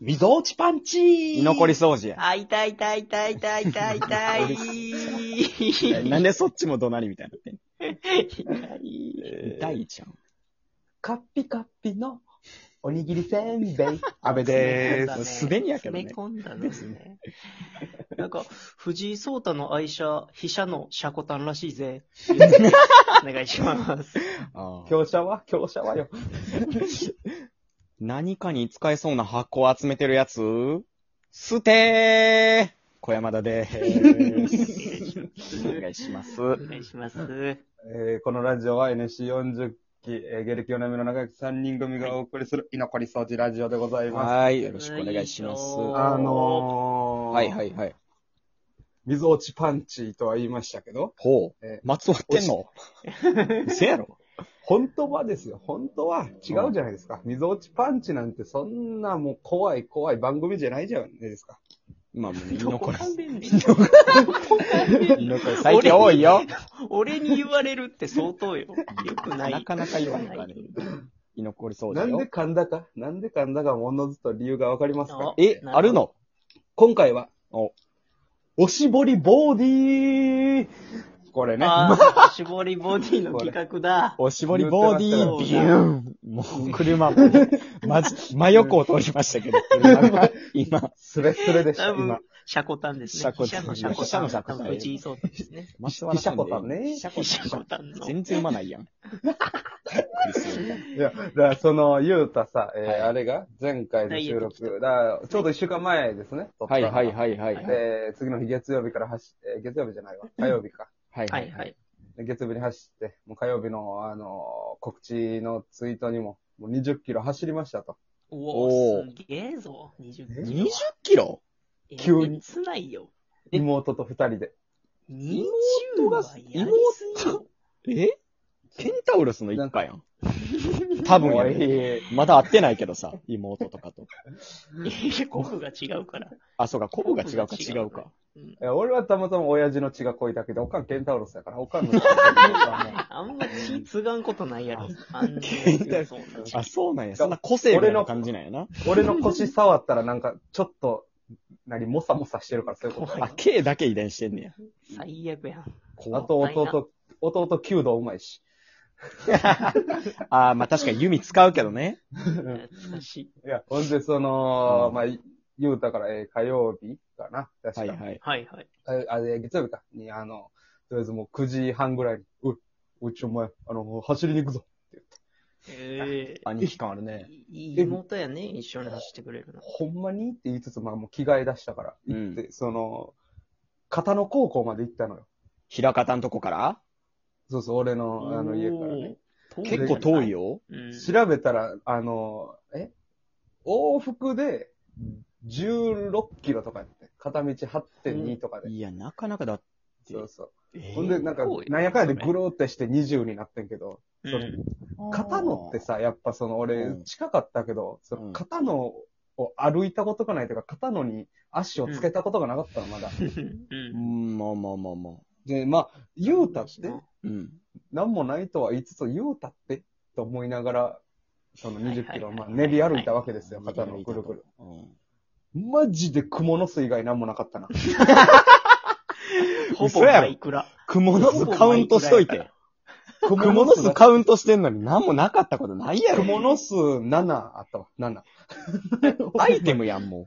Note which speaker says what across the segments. Speaker 1: みぞおちパンチ
Speaker 2: 居残り掃除や。
Speaker 3: あ、痛い痛い痛い痛い痛い痛い。痛
Speaker 2: なんでそっちも怒鳴りみたいになってんの
Speaker 3: い。
Speaker 2: 痛いじゃん。
Speaker 1: カッピカッピのおにぎりせんべい。安倍
Speaker 3: え
Speaker 1: で
Speaker 3: ー
Speaker 1: ー
Speaker 2: も
Speaker 1: す。
Speaker 2: うすでにやけど
Speaker 3: 詰
Speaker 2: ね
Speaker 3: め。込んだのですね。なんか、藤井聡太の愛車、飛車のシャコタンらし いぜ。お願いします。
Speaker 2: あー
Speaker 1: 強者は強者はよ。
Speaker 2: 何かに使えそうな箱を集めてるやつ捨てー小山田でーす。お願いします。
Speaker 3: お願いします。
Speaker 4: えーこのラジオは NC40 期、えー、芸歴4年目の長く3人組がお送りする居残り掃除ラジオでございます。
Speaker 2: はい、よろしくお願いします。
Speaker 3: は
Speaker 4: あのー、
Speaker 2: はいはいはい。
Speaker 4: 水落ちパンチとは言いましたけど、
Speaker 2: ほう
Speaker 4: え。
Speaker 2: 松割ってんの嘘やろ
Speaker 4: 本当はですよ、本当は違うじゃないですか。水落ちパンチなんてそんなもう怖い怖い番組じゃないじゃないですか。
Speaker 2: まあ、もう居
Speaker 3: どこ
Speaker 2: 残り。
Speaker 3: 関連人
Speaker 2: 居残り最近多いよ。
Speaker 3: 俺に言われるって相当よ。よくない。
Speaker 2: なかなか言わへんからね。居残りそうだ
Speaker 4: なん
Speaker 2: よ
Speaker 4: で。噛んだか、なんで噛んだかもおのずと理由がわかりますか
Speaker 3: あ
Speaker 2: え、あるの
Speaker 4: 今回は、
Speaker 2: お、
Speaker 4: おしぼりボディーこれね、
Speaker 3: あー絞りボディの企画だ。
Speaker 2: おしぼりボディービューン。もう、車も、まじ、真横を通りま したけど、車が今、
Speaker 4: スレスレでし
Speaker 3: 多
Speaker 4: た、今
Speaker 3: 分。、シャコタンです
Speaker 2: シ
Speaker 3: ね
Speaker 2: ャ。コ
Speaker 3: 飛
Speaker 2: タ
Speaker 3: 車
Speaker 2: ン
Speaker 3: のシャコ
Speaker 2: 飛車のシャコタ
Speaker 3: タン。多
Speaker 2: ン
Speaker 3: 分藤井聡太ですね。
Speaker 2: 松
Speaker 4: ひしゃこたんね
Speaker 2: シャコ
Speaker 3: 飛車
Speaker 2: タ
Speaker 3: コ
Speaker 2: ン。
Speaker 3: タンの。
Speaker 2: 全然読まないやん。びっくりするみたいない
Speaker 4: や、だからその、ゆうたさ、えー
Speaker 2: はい
Speaker 4: あれが、前回の収録、だからちょうど一週間前ですね。
Speaker 2: はいはい
Speaker 4: い。
Speaker 2: はいはい。はい
Speaker 4: で、次の日月曜日から走って、えー月曜日じゃないわ、火曜日か。
Speaker 2: はい
Speaker 3: は
Speaker 2: はい。
Speaker 3: はいい。
Speaker 4: で月曜日に走って、もう火曜日の、あのー告知のツイートにも、もう20キロ走りましたと。
Speaker 3: お
Speaker 2: お
Speaker 3: おすげえぞ。20キ
Speaker 2: 20
Speaker 3: ロは。
Speaker 2: キロ
Speaker 3: え
Speaker 4: 急に
Speaker 3: えげつないよ。え
Speaker 4: 妹と二 人で。
Speaker 3: 20
Speaker 2: が
Speaker 3: はやりすぎよ。
Speaker 2: えケンタウロスの一家やん。多分や
Speaker 4: お
Speaker 2: ね。
Speaker 4: い
Speaker 2: まだ会ってないけどさ、妹とかと。
Speaker 3: いやコブが違うから。
Speaker 2: あ、そうか、コブが違うか違うか。
Speaker 4: いや俺はたまたま親父の血が濃いだけで、おかんケンタウロスだから、おかんの血が濃い から
Speaker 3: あんま血つがんことないやろ。あんな
Speaker 2: タ
Speaker 3: そうな
Speaker 2: あ、そうなんや。そんな個性みたいな感じなんやな。
Speaker 4: もう俺の腰触ったらなんか、ちょっと、何、もさもさしてるから、そういうこと。
Speaker 2: あ、K だけ遺伝してんねや。
Speaker 3: 最悪やん。
Speaker 4: あと弟、弟弓道うまいし。
Speaker 2: あーまあ確かに弓使うけどね。
Speaker 3: 懐かしい。
Speaker 4: いや、ほんで、その、
Speaker 2: うん
Speaker 4: まあ、い言うたから、えー火曜日かな確か。
Speaker 2: はいはい。
Speaker 3: はいはい。
Speaker 4: ああれ、月曜日か。に、あの、とりあえずもう9時半ぐらいに、うい、うちお前、あの、走りに行くぞ。
Speaker 3: ええ
Speaker 2: 兄貴感あるね。
Speaker 3: いい妹やね、一緒に走ってくれるの。
Speaker 4: ほんまにって言いつつ、まあ、もう着替え出したから。
Speaker 2: うん
Speaker 4: で、その、片野高校まで行ったのよ。
Speaker 2: 平方んとこから
Speaker 4: そうそう、俺の、あの、家からね。
Speaker 3: おー。
Speaker 2: 結構遠い
Speaker 3: よ。
Speaker 2: よ。
Speaker 3: うん。
Speaker 4: 調べたら、あの、え往復で、16キロとかやって。片道8.2とかで。
Speaker 2: いや、なかなかだって。
Speaker 4: そうそう。
Speaker 2: えー
Speaker 4: ほんで、なんか
Speaker 3: 多い、な
Speaker 4: なんやかんやでぐるーってして20になってんけど、
Speaker 3: う
Speaker 4: そ
Speaker 3: ん
Speaker 4: 片野ってさ、やっぱその
Speaker 2: う
Speaker 4: 俺
Speaker 2: ん、
Speaker 4: 近かったけど、そ
Speaker 2: うん
Speaker 4: の片野を歩いたことがないというか、片野に足をつけたことがなかったの、まだ。
Speaker 3: う。
Speaker 2: うんん、まあまあまあまあ。
Speaker 4: で、まあ、言うたって、
Speaker 2: うん。
Speaker 4: なんもないとは言いつつ、言うたって、と思いながら、その20キロ、
Speaker 3: はいはい
Speaker 4: ま
Speaker 3: はい
Speaker 4: あ、練り歩いたわけですよ、片野をぐるぐる。
Speaker 2: うん。
Speaker 4: マジで蜘蛛の巣以外なんもなかったな。
Speaker 3: ほぼ
Speaker 2: 嘘やろ
Speaker 3: マイクラ。
Speaker 2: 蜘蛛の巣カウントしといて。
Speaker 4: 蜘
Speaker 2: 蜘蛛の巣カウントしてんのに何もなかったことないや
Speaker 4: 蜘
Speaker 2: ろ。
Speaker 4: 蛛の巣7あったわ、7。
Speaker 2: アイテムやん、も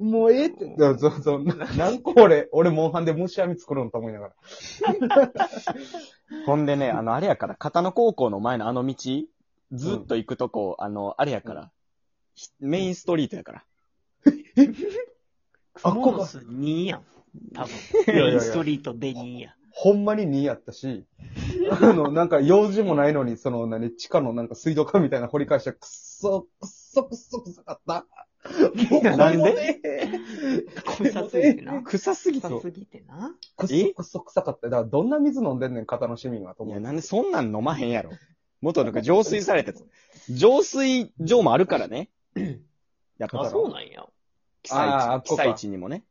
Speaker 4: もうええって、そうそう そう、何個俺、俺、モンハンで虫網作るのと思いながら。
Speaker 2: う。ほんでね、あの、あれやから、片野高校の前のあの道、ずっと行くとこ、あの、あれやから、ひメインストリートやから。
Speaker 3: クモの巣2やん。多分。
Speaker 4: いやいやい
Speaker 3: メ
Speaker 4: や
Speaker 3: インストリートで2や。
Speaker 4: ほんまに2やったし、あの、なんか用事もないのに、その、何、地下のなんか水道管みたいな掘り返したら、くっそ、くっそ、くっそ、くっそかった。もうこれ
Speaker 2: なん
Speaker 4: も
Speaker 2: で
Speaker 4: ね
Speaker 3: 小さすぎてな。
Speaker 2: 臭すぎて。
Speaker 3: 小さすぎてな。
Speaker 4: くっそ、くっそ、臭かった。だから、どんな水飲んでんねん、片野市民はと
Speaker 2: い
Speaker 4: 思
Speaker 2: や、
Speaker 4: う。
Speaker 2: なんでそんなん飲まへんやろ。元なんか浄水されて、浄水場もあるからね。やっ
Speaker 3: あ、
Speaker 2: ぱ、
Speaker 3: そうなんや。
Speaker 2: 被災
Speaker 4: あーあ
Speaker 2: 地
Speaker 4: っ、
Speaker 2: 被
Speaker 4: こか
Speaker 2: 災地にもね。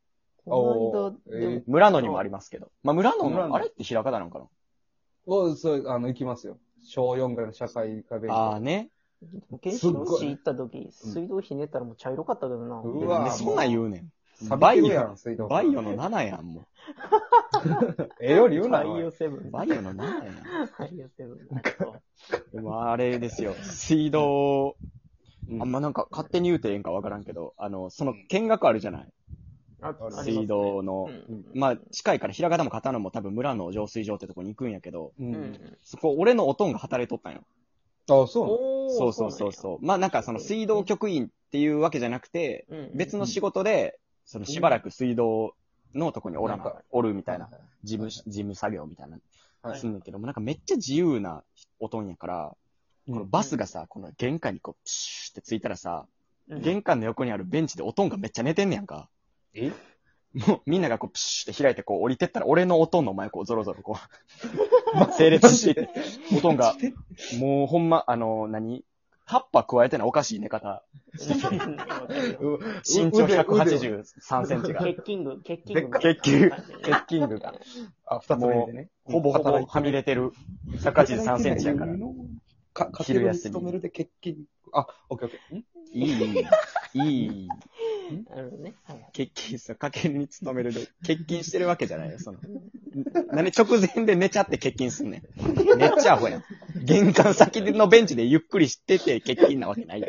Speaker 4: おーえ
Speaker 2: 村野にもありますけど。まあ、村野
Speaker 4: 村
Speaker 2: の、
Speaker 4: 野
Speaker 2: あれって平方なんか
Speaker 4: ー、おそう、あの、行きますよ。小4ぐらいの社会科勉
Speaker 2: なああ
Speaker 4: 強。
Speaker 2: ね。
Speaker 3: 原
Speaker 4: すっ
Speaker 3: 子
Speaker 4: ごい
Speaker 3: の市行った時、水道ひねったらもう茶色かったけどな。
Speaker 4: う
Speaker 2: で
Speaker 4: わ
Speaker 2: なんでそんなん言うねん。
Speaker 4: バ
Speaker 2: バイ
Speaker 4: イオや
Speaker 2: オ
Speaker 4: ん、、水道。
Speaker 2: バイオ。の7やん、も
Speaker 4: ええより言うな。
Speaker 3: バ
Speaker 4: お
Speaker 3: イ
Speaker 4: い
Speaker 3: オセブン。
Speaker 2: う。バイオの7やん。
Speaker 3: バイオセブン。
Speaker 2: でもあれですよ、水道、あんまなんか勝手に言うてええんかわからんけど、あの、その見学あるじゃない
Speaker 3: あ
Speaker 4: ありますね
Speaker 2: 水道の。まあ、近いから、平方も片野も多分村の浄水場ってとこに行くんやけど、
Speaker 4: う。
Speaker 3: うんん。
Speaker 2: そこ、俺のおとんが働いとったんよ。
Speaker 4: あ、そう
Speaker 3: おー
Speaker 2: そうそうそう
Speaker 3: う
Speaker 2: そう。まあなんかその水道局員っていうわけじゃなくて、
Speaker 3: なんや。うん
Speaker 2: 別の仕事で、そのしばらく水道のとこにおら
Speaker 4: なんんか、
Speaker 2: おるみたいな
Speaker 4: は、
Speaker 2: 事務、事務作業みたいな
Speaker 4: は、い
Speaker 2: すんねんけども、なんかめっちゃ自由なおとんやから、
Speaker 4: うん
Speaker 2: このバスがさ、この玄関にこう、プシューってついたらさ、
Speaker 3: うん
Speaker 2: 玄関の横にあるベンチでおとんがめっちゃ寝てんねやんか。
Speaker 4: え
Speaker 2: もうみんながこう、プシュって開いてこう降りてったら、俺のおとんの前こう、ゾロゾロこう、整列していって、おとんが、もうほんま、あの、何葉っぱ加えてないおかしい寝方。
Speaker 4: う
Speaker 2: 身長
Speaker 4: 腕腕
Speaker 2: 183センチが。
Speaker 3: ケッキング、ケッキングみたいな。
Speaker 2: 結球、
Speaker 3: ケ
Speaker 2: 結キングが。
Speaker 4: あ、二つ目でね。
Speaker 2: ほぼほぼはみ出てる。183センチやから。い
Speaker 4: か、家
Speaker 2: 昼
Speaker 4: 庭に
Speaker 2: 休み
Speaker 4: 勤めるで欠勤。あ、オッケーオッケー。ん
Speaker 2: い、いい。
Speaker 3: なるほどね。はいはい
Speaker 2: 欠勤さ、家計に勤める で、欠勤してるわけじゃないよ、その。何、直前で寝ちゃって欠勤すんねん。めっちゃアホやん。玄関先のベンチでゆっくりしてて欠勤なわけないよ。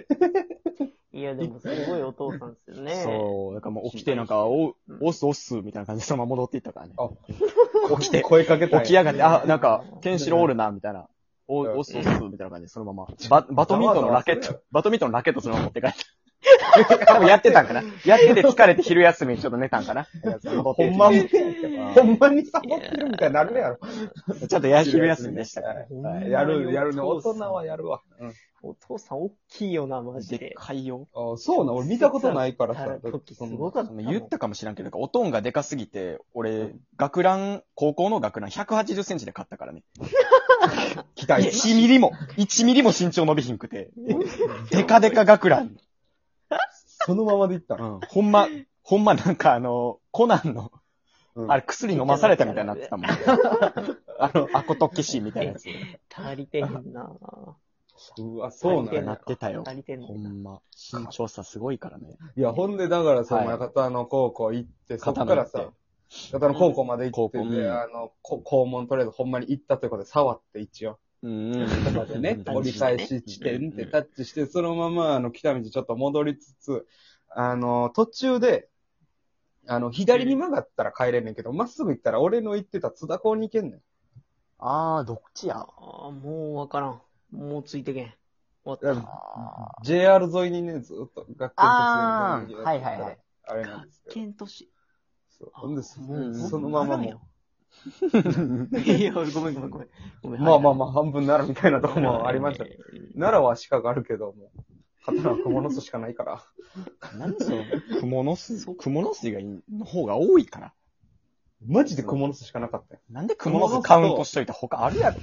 Speaker 3: いや、でもすごいお父さんですよね。
Speaker 2: そう、だからもう起きてなんか、お、おすおす、みたいな感じでそのまま戻っていったからね。起きて
Speaker 4: 声かけた
Speaker 2: 起き上が
Speaker 4: が
Speaker 2: って、あ、なんか、ケンシロウおるな、みたいな。お、
Speaker 4: うん
Speaker 2: おすおす、みたいな感じで、そのまま。バ、バドミントンのラケッ
Speaker 4: ざわざわする
Speaker 2: ト、バドミントンのラケットそのまま持って帰った。 多分やってたんかな。やってて疲れて昼休みにちょっと寝たんかな。
Speaker 4: ほんま
Speaker 2: ち
Speaker 4: に、ほんまにサボってるみたいになるや
Speaker 2: ょ
Speaker 4: ろ。
Speaker 2: っとや昼休みでしたから。
Speaker 4: はいやる、やるね。大人はやるわ。
Speaker 3: お父さん大きいよな、マジ
Speaker 2: でっ
Speaker 3: で。
Speaker 2: かいよ。
Speaker 4: あそうな、俺見たことないからさ。
Speaker 3: 時すごかったもん。
Speaker 2: 言ったかもしらんけど、なんかおとんがでかすぎて、俺、学ラン、高校の学ラン180センチで買ったからね。
Speaker 4: 期待し
Speaker 2: 1ミリも、1ミリも身長伸びひんくて。でかでか学ラン。
Speaker 4: そのままでいった
Speaker 2: う
Speaker 4: の。
Speaker 2: んほんま、ほんまなんかあの、コナンの、
Speaker 4: うん
Speaker 2: あれ薬飲まされたみたいになってた もん。あの、アコトキシンみたいなやつ。
Speaker 3: 足りてへんな。
Speaker 4: うわ、そうなん
Speaker 3: や
Speaker 2: な
Speaker 4: や。
Speaker 2: ってたよ
Speaker 3: 足。りてんの
Speaker 2: ほ。んま。身長差すごいからね。
Speaker 4: いや、ほんで、だからさ、
Speaker 2: はい
Speaker 4: お前、片野高校行って、そっから
Speaker 2: 片野行
Speaker 4: さ
Speaker 2: っ、
Speaker 4: 片野高校まで行
Speaker 2: 高
Speaker 4: って
Speaker 2: 校
Speaker 4: て、
Speaker 2: うん
Speaker 4: あの、こ校門トレードほんまに行ったということで、触って一応。
Speaker 2: うんうん。
Speaker 4: とかでね、
Speaker 2: うん
Speaker 4: 折り返し地点ってタッチして、そのまま、あの、来た道ちょっと戻りつつ、あの、途中で、あの、左に曲がったら帰れんねんけど、まっすぐ行ったら俺の行ってた津田校に行けんねん。
Speaker 2: あー、どっちや
Speaker 3: ああ、もうわからん。もうついてけん。終
Speaker 4: だ
Speaker 3: わ
Speaker 4: か
Speaker 3: っ
Speaker 4: ら
Speaker 3: た。
Speaker 4: JR 沿いにね、ずっと学校
Speaker 2: あー
Speaker 4: の
Speaker 2: はいはいはい。
Speaker 4: あれなんですけど。
Speaker 3: 県都市。
Speaker 4: そうほんで、そ
Speaker 3: もう
Speaker 4: そのまま
Speaker 3: も
Speaker 4: も
Speaker 3: う。いや、ごめんごめんごめん。ごめん
Speaker 4: う、まあまあまあ、半分奈良みたいなとこもありましたけど。奈良は鹿があるけど、もう、刀は蜘蛛の巣しかないから。
Speaker 2: 何その、 蜘蛛の巣、蜘蛛の巣がいいの方が多いから。
Speaker 4: マジで蜘蛛の巣しかなかったよ。
Speaker 2: なんで蜘蛛の巣カウントしといて他あるやろ。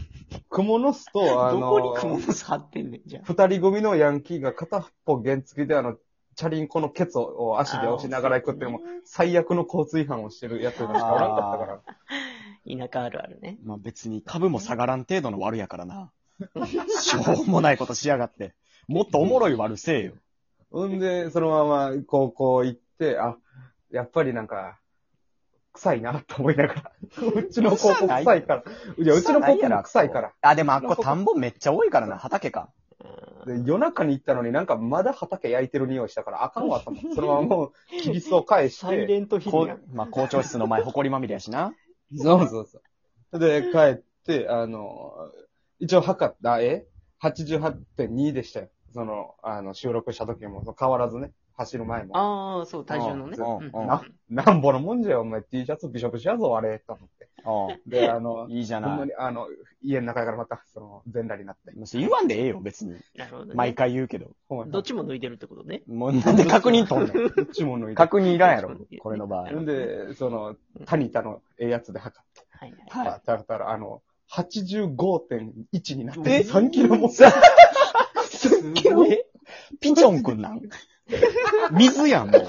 Speaker 4: 蜘蛛の巣と、あ
Speaker 3: どこに蜘
Speaker 4: の、
Speaker 3: 蛛の巣張ってんねん、じゃ
Speaker 4: 二人組のヤンキーが片っぽ原付であの、チャリンコのケツを足で押しながら行くっていうのも、最悪の交通違反をしてるやつがしかおらんかったから。
Speaker 3: あ。田舎あるあるね。
Speaker 2: まあ別に株も下がらん程度の悪やからな。 しょうもないことしやがって。もっとおもろい悪せえよ。
Speaker 4: ほんで、そのまま高校行って、あ、やっぱりなんか、臭いなと思いながら。うちの高校臭いから。いや、うちの高校も臭いから。
Speaker 2: あ、でもあっこ田んぼめっちゃ多いからな、畑か。
Speaker 4: で夜中に行ったのになんかまだ畑焼いてる匂いしたからあかんわと思って、そのままもう、キリスを返し
Speaker 3: サイ
Speaker 4: て、
Speaker 3: レントヒ
Speaker 2: こ
Speaker 3: ルやん。
Speaker 2: う、まあ、校長室の前、埃まみれやしな。
Speaker 4: そうそうそう。で、帰って、あの、一応測った、え ?88.2 でしたよ。その、あの、収録した時も、その変わらずね、走る前も。
Speaker 3: ああ、そう、体重のね。
Speaker 2: うん
Speaker 3: うん
Speaker 2: うん
Speaker 4: な、なんぼのもんじゃよ、お前 T シャツびしょびしょやぞ、あれ、と思って。
Speaker 2: あ
Speaker 4: で、 あの、
Speaker 2: いいじゃ
Speaker 4: ほん
Speaker 2: な
Speaker 4: ま
Speaker 2: い。
Speaker 4: に、あの、家の中からまた、その、全裸になって。
Speaker 2: むしろ言わんでええよ、別に。
Speaker 3: なるほどね。
Speaker 2: 毎回言うけど。
Speaker 4: ほんまに
Speaker 3: どっちも抜いてるってことね。
Speaker 2: もうなんで確認取んねん。
Speaker 4: どっちも脱いで。
Speaker 2: 確認いらんやろ、これの場合
Speaker 3: な。る
Speaker 4: ほんで、その、タニタのええやつで測っ
Speaker 3: はいはい。
Speaker 4: た
Speaker 2: は
Speaker 4: ら、たらたら、あの、85.1になって、
Speaker 2: え
Speaker 4: 3キロも。
Speaker 2: い。えピチョンくん なん水やん、もう。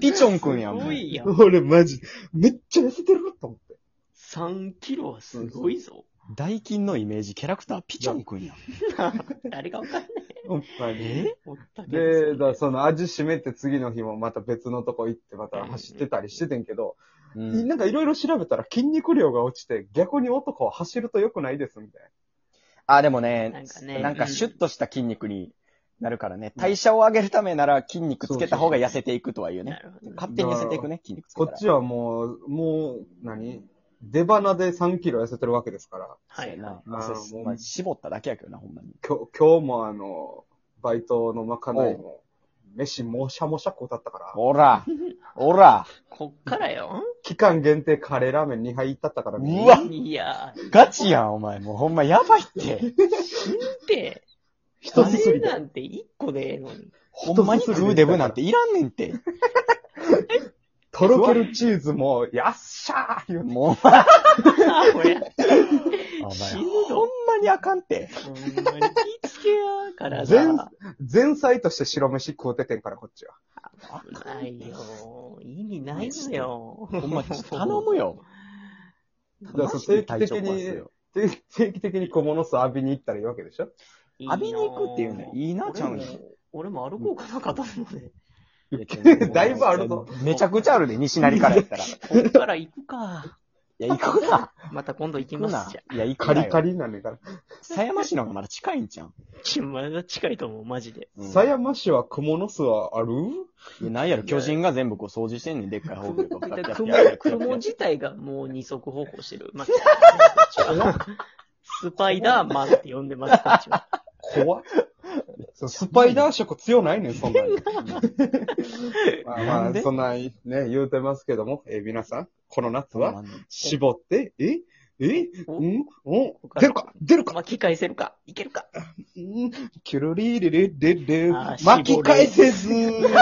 Speaker 2: ピチョンくんやん、も
Speaker 3: すご
Speaker 2: う。
Speaker 3: いやん。
Speaker 4: 俺マジ、めっちゃ痩せてると思って。
Speaker 3: 3キロはすごいぞ。
Speaker 2: ダイキンのイメージキャラクター、ピチョンくんやん。
Speaker 3: 誰がわかんない。
Speaker 4: ほんまに。
Speaker 3: おったけです
Speaker 4: で、だからその味しめて次の日もまた別のとこ行ってまた走ってたりしててんけど、
Speaker 2: うん
Speaker 4: なんかいろいろ調べたら筋肉量が落ちて逆に男は走ると良くないですみたい
Speaker 2: あ、でもね、な
Speaker 3: な
Speaker 2: んん
Speaker 3: か
Speaker 2: か
Speaker 3: ね
Speaker 2: シュッとした筋肉になるからね、代謝を上げるためなら筋肉つけた方が痩せていくとは言う
Speaker 3: な
Speaker 2: ね。
Speaker 3: るほどね。
Speaker 2: 勝手に痩せていくね、筋肉つけ
Speaker 4: な。
Speaker 2: た
Speaker 4: こ
Speaker 2: ら。
Speaker 4: っちはもう、もう何、出鼻で3キロ痩せてるわけですから、
Speaker 3: は
Speaker 2: そう
Speaker 3: い
Speaker 2: や
Speaker 3: は
Speaker 2: な。
Speaker 4: い
Speaker 2: まあ、そう
Speaker 4: あーもう
Speaker 2: まあ絞っただけやけどな、ほんまに。
Speaker 4: 今日、今日もあの、バイトのまかないも、飯もしゃもしゃこたったから、
Speaker 2: おらおら
Speaker 3: い。こっからよ。
Speaker 4: 期間限定カレーラーメン2杯いったったから、
Speaker 2: うわ
Speaker 3: いや
Speaker 2: ガチやん、お前。もうほんまやばいって。
Speaker 3: ー、って、
Speaker 4: 一すすり
Speaker 3: あれ
Speaker 4: で
Speaker 3: な。んて一個でええのに。
Speaker 2: ほんまに食うデブなんていらんねんって。
Speaker 4: とろけるチーズも、やっしゃー言うて
Speaker 2: もう、お前、
Speaker 3: あ、これ。
Speaker 2: お前
Speaker 3: 死ぬぞ
Speaker 2: ほんまにあかんって。
Speaker 3: ほんまに気ぃつけやから
Speaker 4: 全
Speaker 3: さ。
Speaker 4: 前菜として白飯食うててんから、こっちは。
Speaker 3: 危ないよ。意味ないのよ。
Speaker 2: ほんま、頼むよ。
Speaker 4: だからそう定期的に、定定期的に小物巣浴びに行ったらいいわけでしょ
Speaker 3: いいなぁ
Speaker 2: 浴びに行くっていうのいいな、ちゃうん
Speaker 3: 俺も俺も歩こうかなかと思うね。
Speaker 4: だいぶあるぞ。
Speaker 2: めちゃくちゃあるで、西成からやったら。い
Speaker 3: こっから行くか。
Speaker 2: や、行くな。
Speaker 3: また今度行き
Speaker 2: 行く
Speaker 3: ます
Speaker 2: な
Speaker 3: じゃ。
Speaker 2: いや、行く
Speaker 4: カ
Speaker 2: な
Speaker 4: リ
Speaker 2: よ
Speaker 4: カリなんねんから。
Speaker 2: 狭山市の方がまだ近いんじゃん。
Speaker 3: あ。まだ近いと思う、マジで。
Speaker 2: うん
Speaker 4: 狭山市は蜘蛛の巣はある
Speaker 2: いやなんやろ、巨人が全部こう掃除してんねん、でっかいホールとか。
Speaker 3: だから
Speaker 2: やって
Speaker 3: 雲
Speaker 2: やるや、つやって
Speaker 3: 雲
Speaker 2: やる
Speaker 3: 自体がもう二足歩行してる。まあ、 スパイダーマンって呼んでます、こっちは。
Speaker 4: 怖っそうスパイダー色強ないねん、そんなん。まあま
Speaker 2: な
Speaker 4: あ
Speaker 2: ん、で
Speaker 4: そんなんね、言うてますけども、えー皆さん、この夏
Speaker 2: そうな
Speaker 4: は、
Speaker 2: んだ
Speaker 4: 絞って、ええ
Speaker 3: お
Speaker 4: うんお
Speaker 3: 他
Speaker 4: 出るか出るか
Speaker 3: 巻き返せるかいけるか
Speaker 4: うんキュルリリリリリ
Speaker 3: あー
Speaker 4: 巻き返せずー